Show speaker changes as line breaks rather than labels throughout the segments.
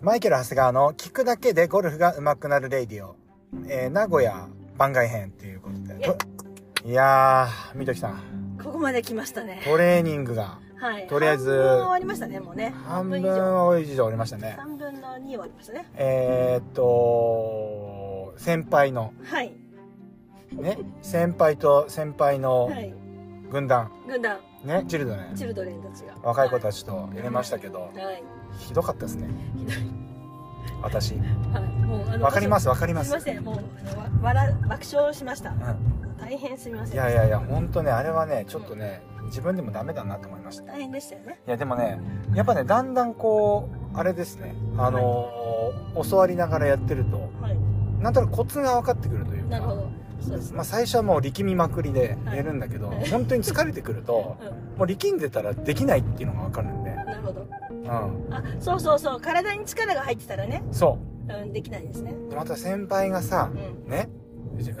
マイケル・長谷川の聞くだけでゴルフが上手くなるレイディオ、えー、名古屋番外編ということでといやーみときさん
ここまで来ましたね。
トレーニングが
はい。
とりあえず
半分終わりましたね、もうね。
半分
以上。
を以上終りましたね
三分の二終わりましたね。
えー、っと先輩の
はい。
ね先輩と先輩の
はい。
軍団
軍団、
ねチルドね
チルドレンたちが。
若い子た
ち。
ちと入れましたけど
はい。
ひどかったですね
ひどい
私
はい。もう、あの
わかりますすわかります
いません、もう、わ笑爆笑しました。
うん
大変すみません。
いやいやいや本当ねあれはねちょっとね自分でもダメだなと思いました
大変でしたよね。
いやでもねやっぱねだんだんこうあれですねあのー教わりながらやってると
はい。
なんとなくコツが分かってくるというか
なるほど。そうですね。
まあ、最初はもう力みまくりで
はい
やるんだけど、
はい
本当に疲れてくると
うん。
もう力んでたらできないっていうのが分かるんで、
なるほど。
う
あ、そうそうそう。体に力が入ってたらね、
ん、そ
うん、できないですね。
うでまた先輩がさ
うん。
ね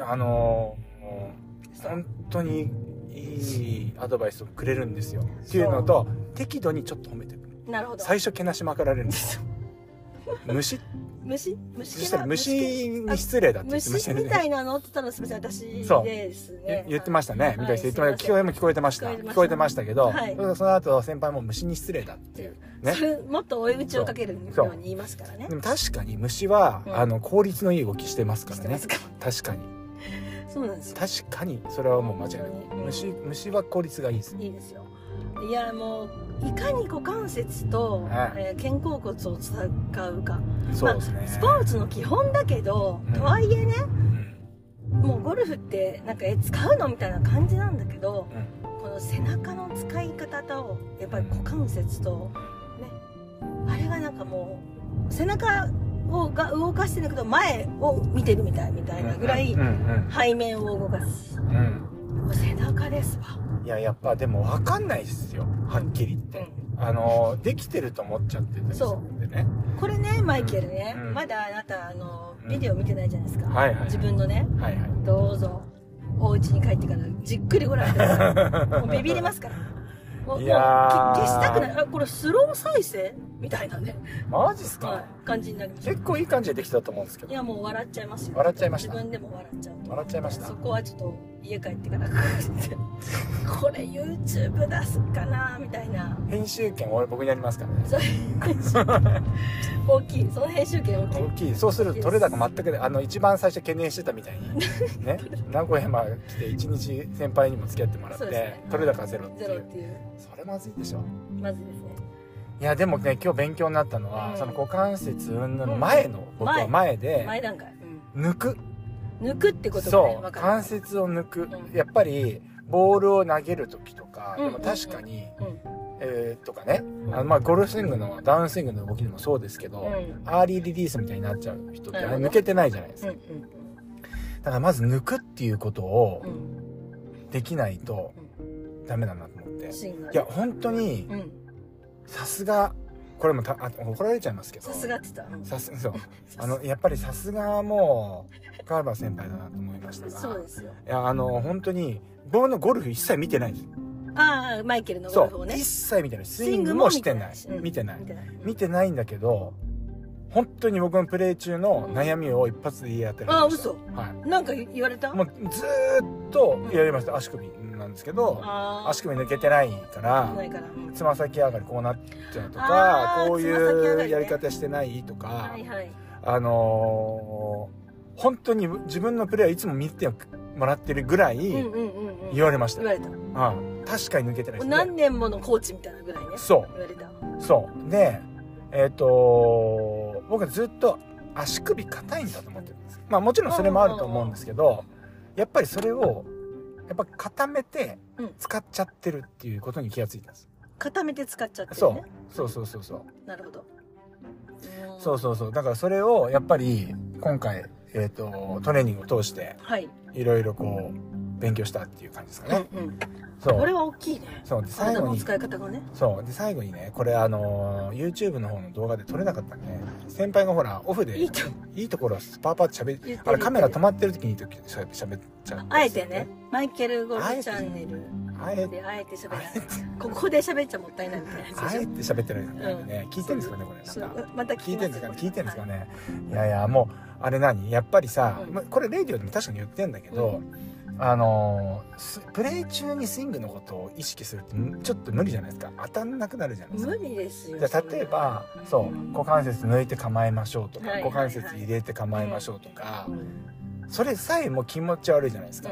あのーもう
そう
本当にいいアドバイスをくれるんですよっていうのと適度にちょっと褒めてくる
なるほど。
最初けなしまくられるんですよ虫
虫虫
そ
系
し
な
たら虫
系
に失礼だって言ってました
虫
よ
みた
ね
いなのって言ったのすみません私
そう
ですね
言言ってましたね、みたいです言ってました。
す
聞こ
いませ
えも聞こえてました。
聞こえてました
聞こえてましたけど、
はい
その後先輩も虫に失礼だっていう。ね
ん。それもっと追い打ちをかけるよ
そう
うに言いますからね
でも確かに虫は、
うん
あの効率のいい動きしてますか
知っ
ら
てま
ね
すか
確かに
そうなんですよ
確かにそれはもう間違いない
うん
虫虫は効率がいいです
いいですよいやもういかに股関節と、
はい
えー肩甲骨を使うか
そうですね、
スポーツの基本だけど、
うん
とはいえね
うん
もうゴルフってなんかえ使うのみたいな感じなんだけど、
うん
この背中の使い方とやっぱり股関節とねあれがなんかもう背中をが動かしてんだけど前を見てるみたいみたいなぐらい
うんうん
背面を動かす
うん
背中ですわ、
いややっぱでも分かんないですよはっきり言って、あのできてると思っちゃってたりするんでね
うんこれねマイケルね、
うん
まだあなたあの
うん
ビデオ見てないじゃないですか、
はいはい
自分のね
はいはい
どうぞお家に帰ってからじっくりご覧くださいもうビビりま すからもうもう
い
け
やー
消したくないあこれスロー再生みたいなね、
マジっすか、
はい、感じになりました
結構いい感じでできたと思うんですけ
い
ど
やもう笑っちゃいますよ
笑っちゃいました
自分でも笑っちゃうと
笑っちゃいました
そこはちょっと家帰ってからこ れ YouTube 出すかなみた いな
編集権は僕にありますからね
そう大きいその編集権大きい
大きいそうすると取れ高全くであの一番最初懸念してたみたい にね名古屋まで来て一日先輩にも付き合ってもらっ
そ
て、
うですね
取れ高ゼロって
ゼ
い
ロっ
う
ていう
それまずいでしょ
まずいですね
いやでもね今日勉強になったのは、
うん
その股関節云々の前の、僕は前で
前段階、
抜く
うん抜くってことがね
そう
分かる
関節を抜く、
うん
やっぱりボールを投げる時とか、
うん
でも確かに、
うん
えーとかねあのまあゴルフスイングのダウンスイングの動きでもそうですけど、
うん
アーリーリリースみたいになっちゃう人ってあれ
なるほど
抜けてないじゃないです
う
か、
ん
だからまず抜くっていうことを
うんうん
できないとダメだなと思って
シーンが
いや本当に
うん
さすがこれもたあ怒られちゃいますけど
さすがって言ったうん
さすそうあ
さ
のやっぱりさすがもうカーバー先輩だなと思いましたが
すそうですよ
いやあの本当に僕のゴルフ一切見てないんです
ああマイケルのゴ
そ
ルフを
う
ね
一切見てないスイングもしてない
スイングも
見てない
見てない
見てないんだけど本当に僕のプレー中の悩みを一発で言い当てられました
あ
は
なんか言われた
いもうずーっとやりました足首なんですけど
あー
足首抜けてないから
ないからうん
つま先上がりこうなっちゃうとか
あー
こう
つま先上が
い
り
う
ね
やり方してないとか
はいはい
あのー本当に自分のプレーはいつも見てもらってるぐらい
うんうんうんうん
言われました、
言われた
うん確かに抜けてないですね
何年ものコーチみたいなぐらいね
そう
言われた
そうでえっ、と僕はずっと足首硬いんだと思ってるんですまあもちろんそれもあると思うんですけどやっぱりそれをやっぱ固めて
うん
使っちゃってるっていうことに気がついたんです、
固めて使っちゃって
そ
る
う
ね
そうそうそうそう
なるほどうん
そうそうそうだからそれをやっぱり今回、えっとトレーニングを通して
はい
いろいろこう勉強したっていう感じですかね、
うんうん
そ
これ
う
は大きいね
そうで最
体
後
の
に
使い方がね
そうで最後にねこれあのー YouTube の方の動画で撮れなかったんで先輩がほらオフで
いいと
いいところはパーパーって喋
言っ
って
る
あれカメラ止まってる時にしゃべっちゃう
あえてねマイケルゴルフチャンネル
ああえて
であえて喋らな
あ
い
えて
ここで喋っちゃもったいないみたいなやつで
あ
し
え
ょ
て喋ってるんだよね、聞いてるんですかねこれ
そう
なんか
また
聞いてるんですかね聞いてるんですか
ね
ね、い、やいやもうあれ何やっぱりさ、
うん
まこれレイディオでも確かに言ってんだけど、あのースプレー中にスイングのことを意識するってんちょっと無理じゃないですか当たんなくなるじゃないですか
無理ですよ
じゃあ例えばそう股関節抜いて構えましょうとか、
はい
股関節入れて構えましょうとか、
うんうん
それさえも気持ち悪いじゃないですか、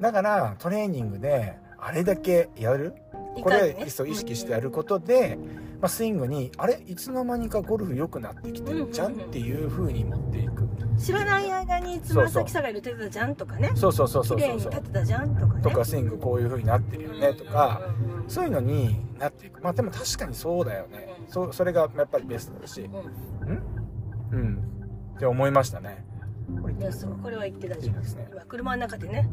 だからトレーニングであれだけやる
い
こ
か
れ
にね
そう意識してやることで、まあ、スイングにあれいつの間にかゴルフ良くなってきてるじゃんっていう風に持っていく、
知らない間につま先下がり打てたじゃんとかね
そうそうそうそ
綺
うそ
麗に
うそ
立
う
てたじゃんとかね
とかスイングこういう風になってるよねとか、
うんうんうん
そういうのになっていくまあでも確かにそうだよね、
うん
そそれがやっぱりベストだし
うん
うんって思いましたねこれ
いやそうこれは言って大丈夫ですね今車の中でね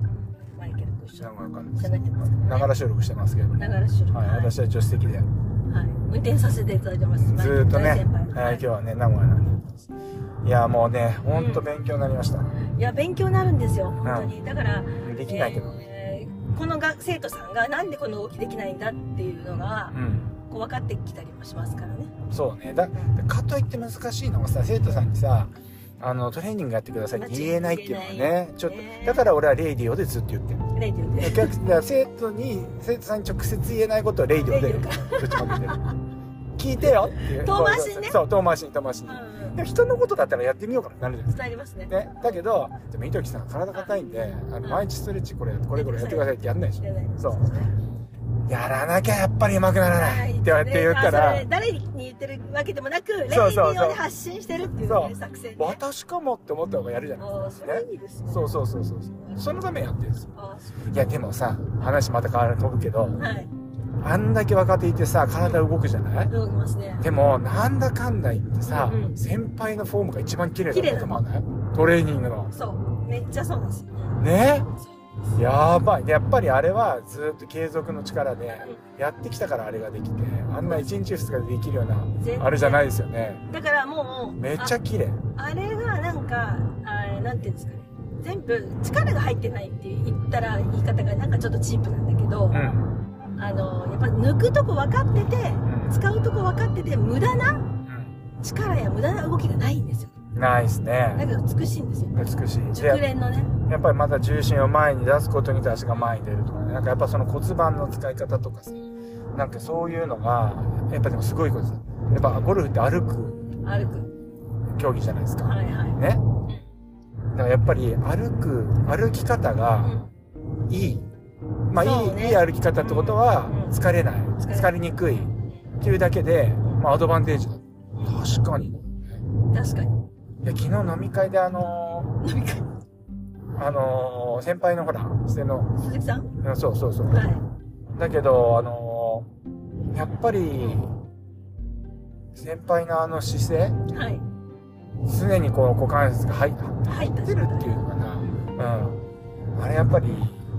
マイケルと一緒
なん
に
かわかんない
喋ってますからね
ながら収録してますけれども
ながら収録
はい、
はい
私は助手席で、
はい運転させていただいてます
ずーっとね
マイケル大先輩
はい、今日はね、名古屋なんです。いや、もうね、ほんと勉強になりました。
いや勉強になるんですよ本当にだから
できないけど。
えーこのが生徒さんがなんでこの動きできないんだっていうのが
うん、
こう分かってきたりもしますからね
そうね、だ、かといって難しいのがさ、生徒さんにさ。あのトレーニングやってくださいって言えないっていうのが
言えない
ねちょっとだから俺はレイディオでずっと言ってる
レイディオで
お客だから生徒に生徒さんに直接言えないことはレイディオで
レイディ
ぶちまけてる聞いてよっていう
遠回しね
そう遠回しに遠回しに
う、ん
でも人のことだったらやってみようかななるじゃないですか
伝わりますね
ね、だけどでも糸木さん体硬いんであの毎日ストレッチこれこれこれやってくださいってやんないでし
知らない
ょそうやらなきゃやっぱり上手くならないって言われて言うか
あそ
ら
れ誰に言ってるわけでもなくレイデ
そうそう
ィオで発信してるっていう
そ
ね
う
作戦で
私かもって思った方がやるじゃない
ああ
です
そ
か、
れ
ね、
いいですね
そうそうそうそうそのためにやってるんですよ
ああそ
いやでもさ話また変わる飛ぶけど
うはい
あんだけ若手いてさ体動くじゃない
動きますね
でもなんだかんだ言ってさ、
うんうん
先輩のフォームが一番綺麗だったと思わないトレーニングの
そうめっちゃそうですよ
ね
そうです
やばいでやっぱりあれはずっと継続の力でやってきたからあれができてあんな1日2日でできるような
全然
あれじゃないですよね
だからもう
めっちゃ綺麗
ああれがなんかあなんていうんですかね全部力が入ってないって言ったら言い方がなんかちょっとチープなんだけど、
うん
あのやっぱ抜くとこ分かってて
う
使うとこ分かってて無駄なん力や無駄な動きがないんですよ
ナイスね
だけど美しいんですよ
美しいで
熟練のね
やっぱりまた重心を前に出すことに対して足が前に出るとかねなんかやっぱその骨盤の使い方とかさなんかそういうのがやっぱでもすごいことですやっぱゴルフって歩く
歩く
競技じゃないですか
はいはい
ねだからやっぱり歩く歩き方が、
う
いい、まあい
そう
い
ね
いい歩き方ってことは
うん
疲れない、
疲れない
疲れにくいっていうだけで、まあ、アドバンテージだ確かにい
ん確かに
や昨日飲み会であの
飲み会
ーあのー先輩のほらしての
鈴木さん
うんそうそうそう
はい
だけどあのーやっぱり先輩のあの姿勢
はい
常にこう股関節が入っ
入った
出るっていうのかな、うん、あれやっぱり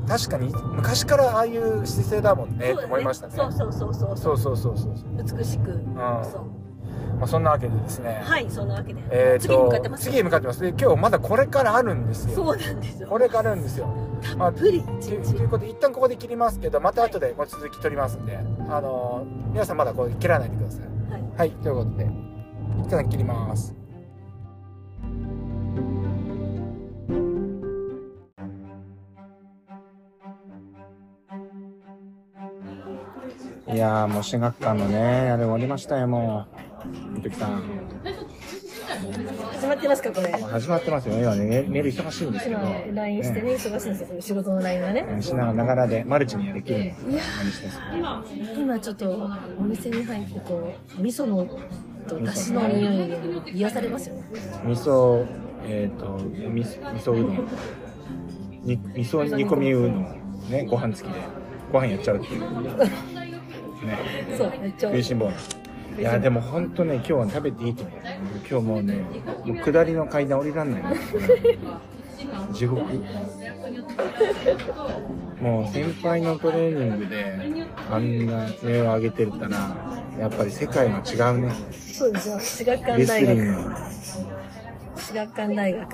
確かに昔からああいう姿勢だもんねって思いましたね
そうそうそうそうそ
そうそうそうそうそう
う美しく
ま
そう
あ、そんなわけでですね、
はいそんなわけで、
えーと
次に向かってます
次に向かってますで今日まだこれからあるんですよ
そうなんですよ
これからあるんですよまあと
プリ
と
一
いう
日
ことで一旦ここで切りますけどまた後でこれ続き取りますんで、あのー皆さんまだこれ切らないでください
はい
はいということで一旦切りますいやーもう私学館のねあれ終わりましたよもう時さん
始まってますかこれ
始まってますよ。今ね、メール忙しいんですけど。
今 LINE してね忙しいんですよこの仕事の LINE はね
ね。しながらでマルチにできるんですよ。
いや今ちょっとお店に入ってこう味噌のとだしの匂いに癒されますよね
味噌、えっ、と、味噌味噌うどん。に味噌煮込みうどん。ね、ご飯付きで。ご飯やっちゃうっていう。ね、
そうめっちゃ
食いしん坊な。いやでも本当ね今日は食べていいと思う今日もうねもう下りの階段降りらんないな地獄もう先輩のトレーニングであんな目を上げてるったらやっぱり世界は違うね
そうですよ私学館
レス
大
リン
学
グ
私学館大学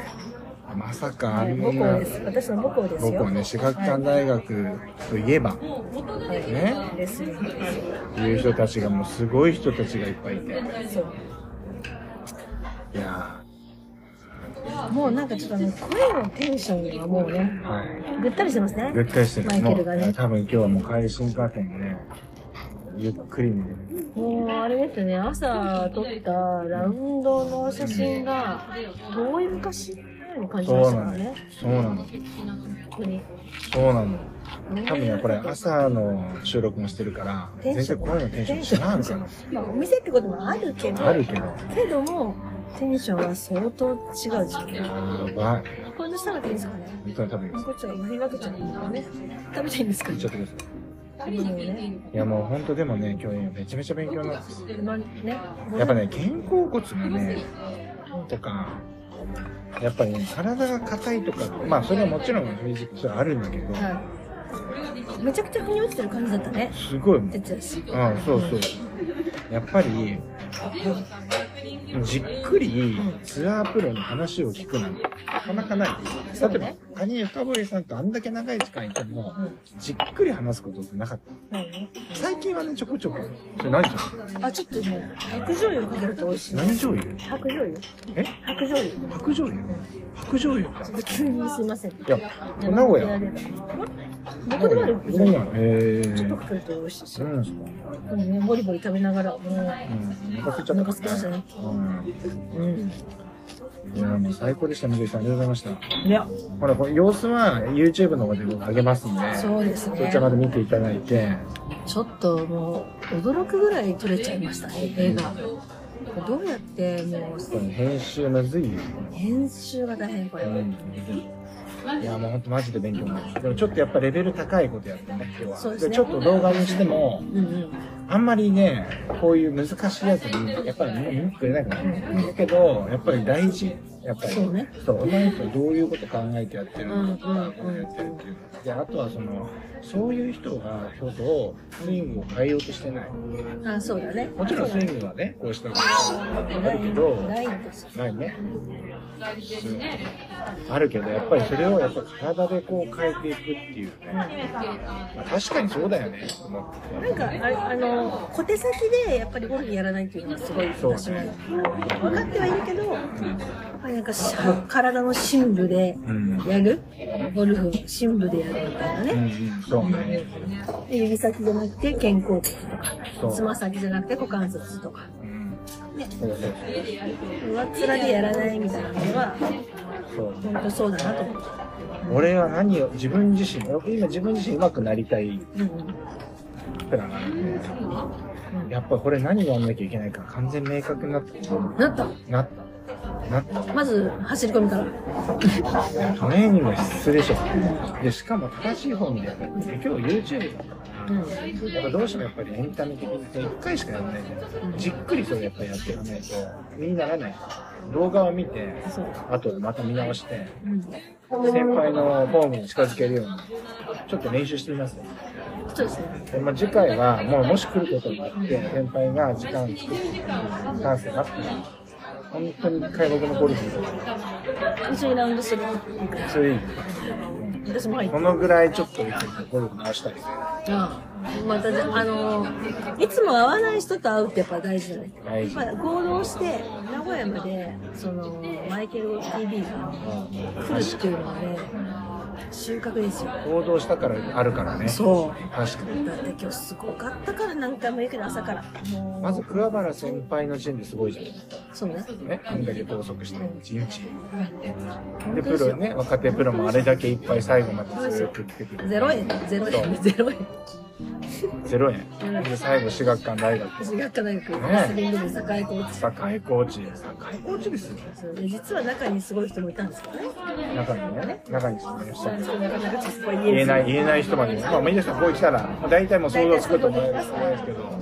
まさかあ
はい
ん
母
な
校です。私の母校ですよ。
僕はね志学館大学といえば
はい
ね
ですよ。
いう人たちがもうすごい人たちがいっぱいいて
そう。
いや
もうなんかちょっとあの声のテンションがもうね、
ーはい
ぐったりしてますね。
絶対して
マ
る
イケ
も
ルがね
う多分今日はもう帰り新幹線でねゆっくりね
もうあれですね、朝撮ったラウンドの写真が遠い昔のように感じ
そ
まし
う
た
な
から
のよ
ね。
そうなの
本当に。
そうなの多分ねこれ朝の収録もしてるから
テ
全
ンショ
然
ン
声のテンション違うんか
まあお店ってこともあるけ
なあ
ど、
るけど
けどもテンションは相当違うでしょうね。
やばい
こんな下がっていいんですかね。
本当に食べてくださ
こっちは言い訳ちゃうんだからね。食べていいんですか
いいっちゃってくださ
今のね。
いいやもう本当でもね今日ねめちゃめちゃ勉強になって
今ね。
やっぱね、肩甲骨がね、とか、やっぱりね、体が硬いとか、まあそれはもちろんフィジックスはあるんだけど、
はい。めちゃくちゃ腑に落ちてる感じだったね。
すごいもう、うん、
哲也氏。
そうそう。やっぱり、じっくりツアープロの話を聞くなんて、なかなかない。
そ
例
う
え
ね
ば、カニエ・深堀さんとあんだけ長い時間いても、じっくり話すことってなかった。
はいね。
最近はね、ちょこちょこ。それ何じゃん
あ、ちょっとね、白醤油かけると美味しい。
何醤油
白醤油。
え
白醤油。
白醤油白醤油ってある
急にすいません。
いや、名古屋。
どこでもある
そうなのへえ。
ちょっとかけると美味しいです
そう
よ。
なんですか。
でもね、ボリボリ食べながら、もう、
うん。お腹空いちゃ
お
った。
腹すきましたね。うん。
うん。いや、もう最高でした。みずさん、ありがとうございまし
いや、
た。ほら、これ様子は YouTube の方で僕上げますんで、
そうです
そっ
ね
ち。らまで見ていただいて、
ちょっともう、驚くぐらい撮れちゃいましたね、映画。どうやって、も
これ
う、
編集むずいよ。
編集が大変、これ
う
は。
ん。いや、もうほんとマジで勉強になる。でもちょっとやっぱレベル高いことやってね、今日は。
そうですね
ちょっと動画にしても、
うんうん。
あんまりね、こういう難しいやつに、やっぱりみんな見てくれないからね。だけど、やっぱり大事。やっぱり。
そうね。
そう、何とどういうこと考えてやってるのかとか、
うんうんうん
やってるっていう。で、あとはその、そういう人が、ちょっと、スイングを変えようとしてない。
あ、そうだね。
もちろんスイングはね、こうしたことがあるけど、
ないんですよ。
ないね。あるけど、やっぱりそれをやっぱ体でこう変えていくっていうね。まあ確かにそうだよね、と思って。
なんかあれあの小手先でやっぱりゴルフやらないっていうのはすごい私も分かってはいるけど、まあなんかし体の深部で
うん。
やるゴルフ深部でやるみたいな
うんう
ね、
ん、そうね。
で指先じゃなくて肩甲骨と
そう
かつま先じゃなくて股関節とか
うん。そうそう
上っ面でやらないみたいなのは
そう
本当そうだなと思って、
俺は何を自分自身今自分自身上手くなりたい
うんうん、
プランがあるんでやっぱこれ何をやんなきゃいけないか完全明確になった
なった
なったなった
まず走り込みから
トレーニングは必須でしょでしかも正しい方にやるで今日 YouTube だったからやっぱどうしてもやっぱりエンタメ的に1回しかやらないでじっくりそれやっぱりやっていかないと身にならない動画を見て
そう、
あとでまた見直して
うん、
先輩のフォームに近づけるようにちょっと練習してみますね
そうですね
でまあ、次回はもうもし来ることがあって先輩が時間作ってチャンスがあったら本当に開幕のゴルフ
一緒にラウンドする
それいい
私も入って
このぐらいちょっとゴルフ直したい
ああまたじゃあのいつも会わない人と会うってやっぱ大事だね、
大事
まあ、行動して名古屋までそのマイケル TV が来るっていうのはね収穫ですよ
行動したからあるからね
そ
確かに
うだって今日すごかったから何回も言うけど朝からもう
まず桑原先輩のチームですごいじゃん
そうね
ねあんだけ拘束して1日
本
でプ
当です
ロ
よ
ね若手プロもあれだけいっぱい最後までずっと来てくれる
ゼロ円ゼロ円ゼロ円
ゼロ円で最後私学館大学
私学科大学
ね
レスリング部栄コーチ
栄コーチ栄コーチですよね
そうで実は中にすごい人もいたんですけどね
中にね中に住んでらっしゃる
なかなかちょっとこれ
言
言
え
えな
ないい言えない人まで、まあ、皆さんこう来たらまあ大体もう想像つくと思います思いますけど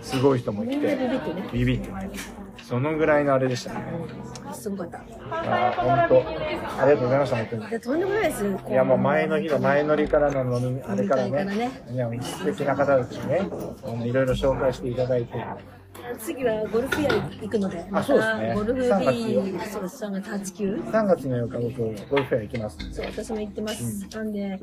すごい人も来
みんな
て
ビビってね
ビビってねそのぐらいのあれでしたね
すごかった
あー本当ありがとうございました本当に
いやとんでもないですよ
いやもう前の日の前乗りからの飲みあれから
飲み会か
ね
らね
いや素敵な方たちねうんいろいろ紹介していただいて
次はゴルフ屋行くので、ま
あそうですね
たゴルフ日
3月、
そうです、3月8、9。
3月の8日僕ゴルフェア行きますん
そ
で
う、私も行ってます。なんで、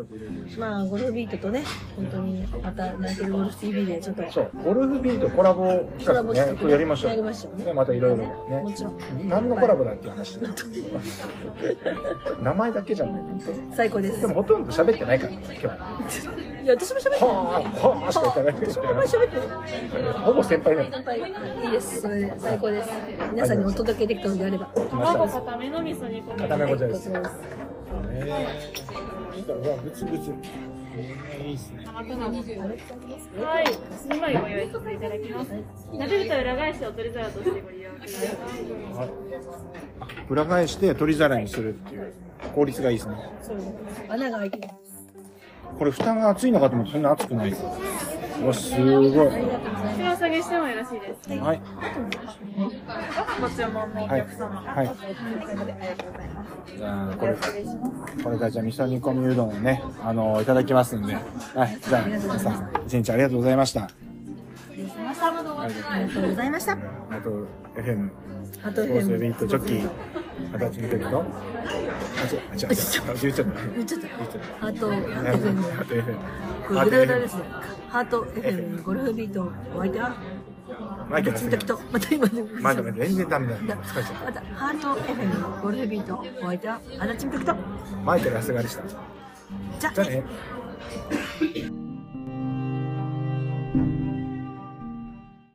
まあ、ゴルフビートとね、本当に、また、泣いてるゴルフ TV で、ちょっと、
そうゴルフビートコラボ企画
コラボ企
ね
画
やりましょう
やりましょうね
ねまたいろいろね
もちろん、
何のコラボだっていう話だ名前だけじゃない
最高です。
でもほとんど喋ってないからね今日
いや、私も喋ってる。
はあはあしか言ってないですから
私も喋ってる。
ほぼ先輩だ
乾杯いいです。それで最高です。皆さんにお届けできたのであれば。
来ましたね
固めの味噌煮込み
片目こちら
ご
で
ち
す
そうです。
うわブツブツいいですね
生卵はい、2枚ご用意させていただきます。鍋蓋裏返しを取り皿としてご利用ください。
裏返して取り皿にするっていう効率がいいですね
そうです穴が開いてます。
これ蓋が熱いのかと思ってそんな熱くないうわすごい
手は下げしてもよろしいですね。
はい
ご注文のお
はい
客様。
はいじゃあこれこれからじゃあ味噌煮込みうどんをねあのいただきますんではいじゃあ皆さん一日ありがとうございました
ありがとうございました。
あと FM
あ
ソ
と、
ース
で
エビとチョッキー形見てるとあちょあちょあちょあちょ言っちゃった
もちょっと、
言っちゃっ
ハート、
た
ハー
あと FM
ト FM これぐらいですね。ハート FM ゴルフビートお相手は
マイケル
別の時とまた今でも
マイケル全然ダメだ疲れちゃ
またハート FM ゴルフビートお相手は足立みときと
ったマイケルがすがでした
じゃ
じ
あ
ゃあね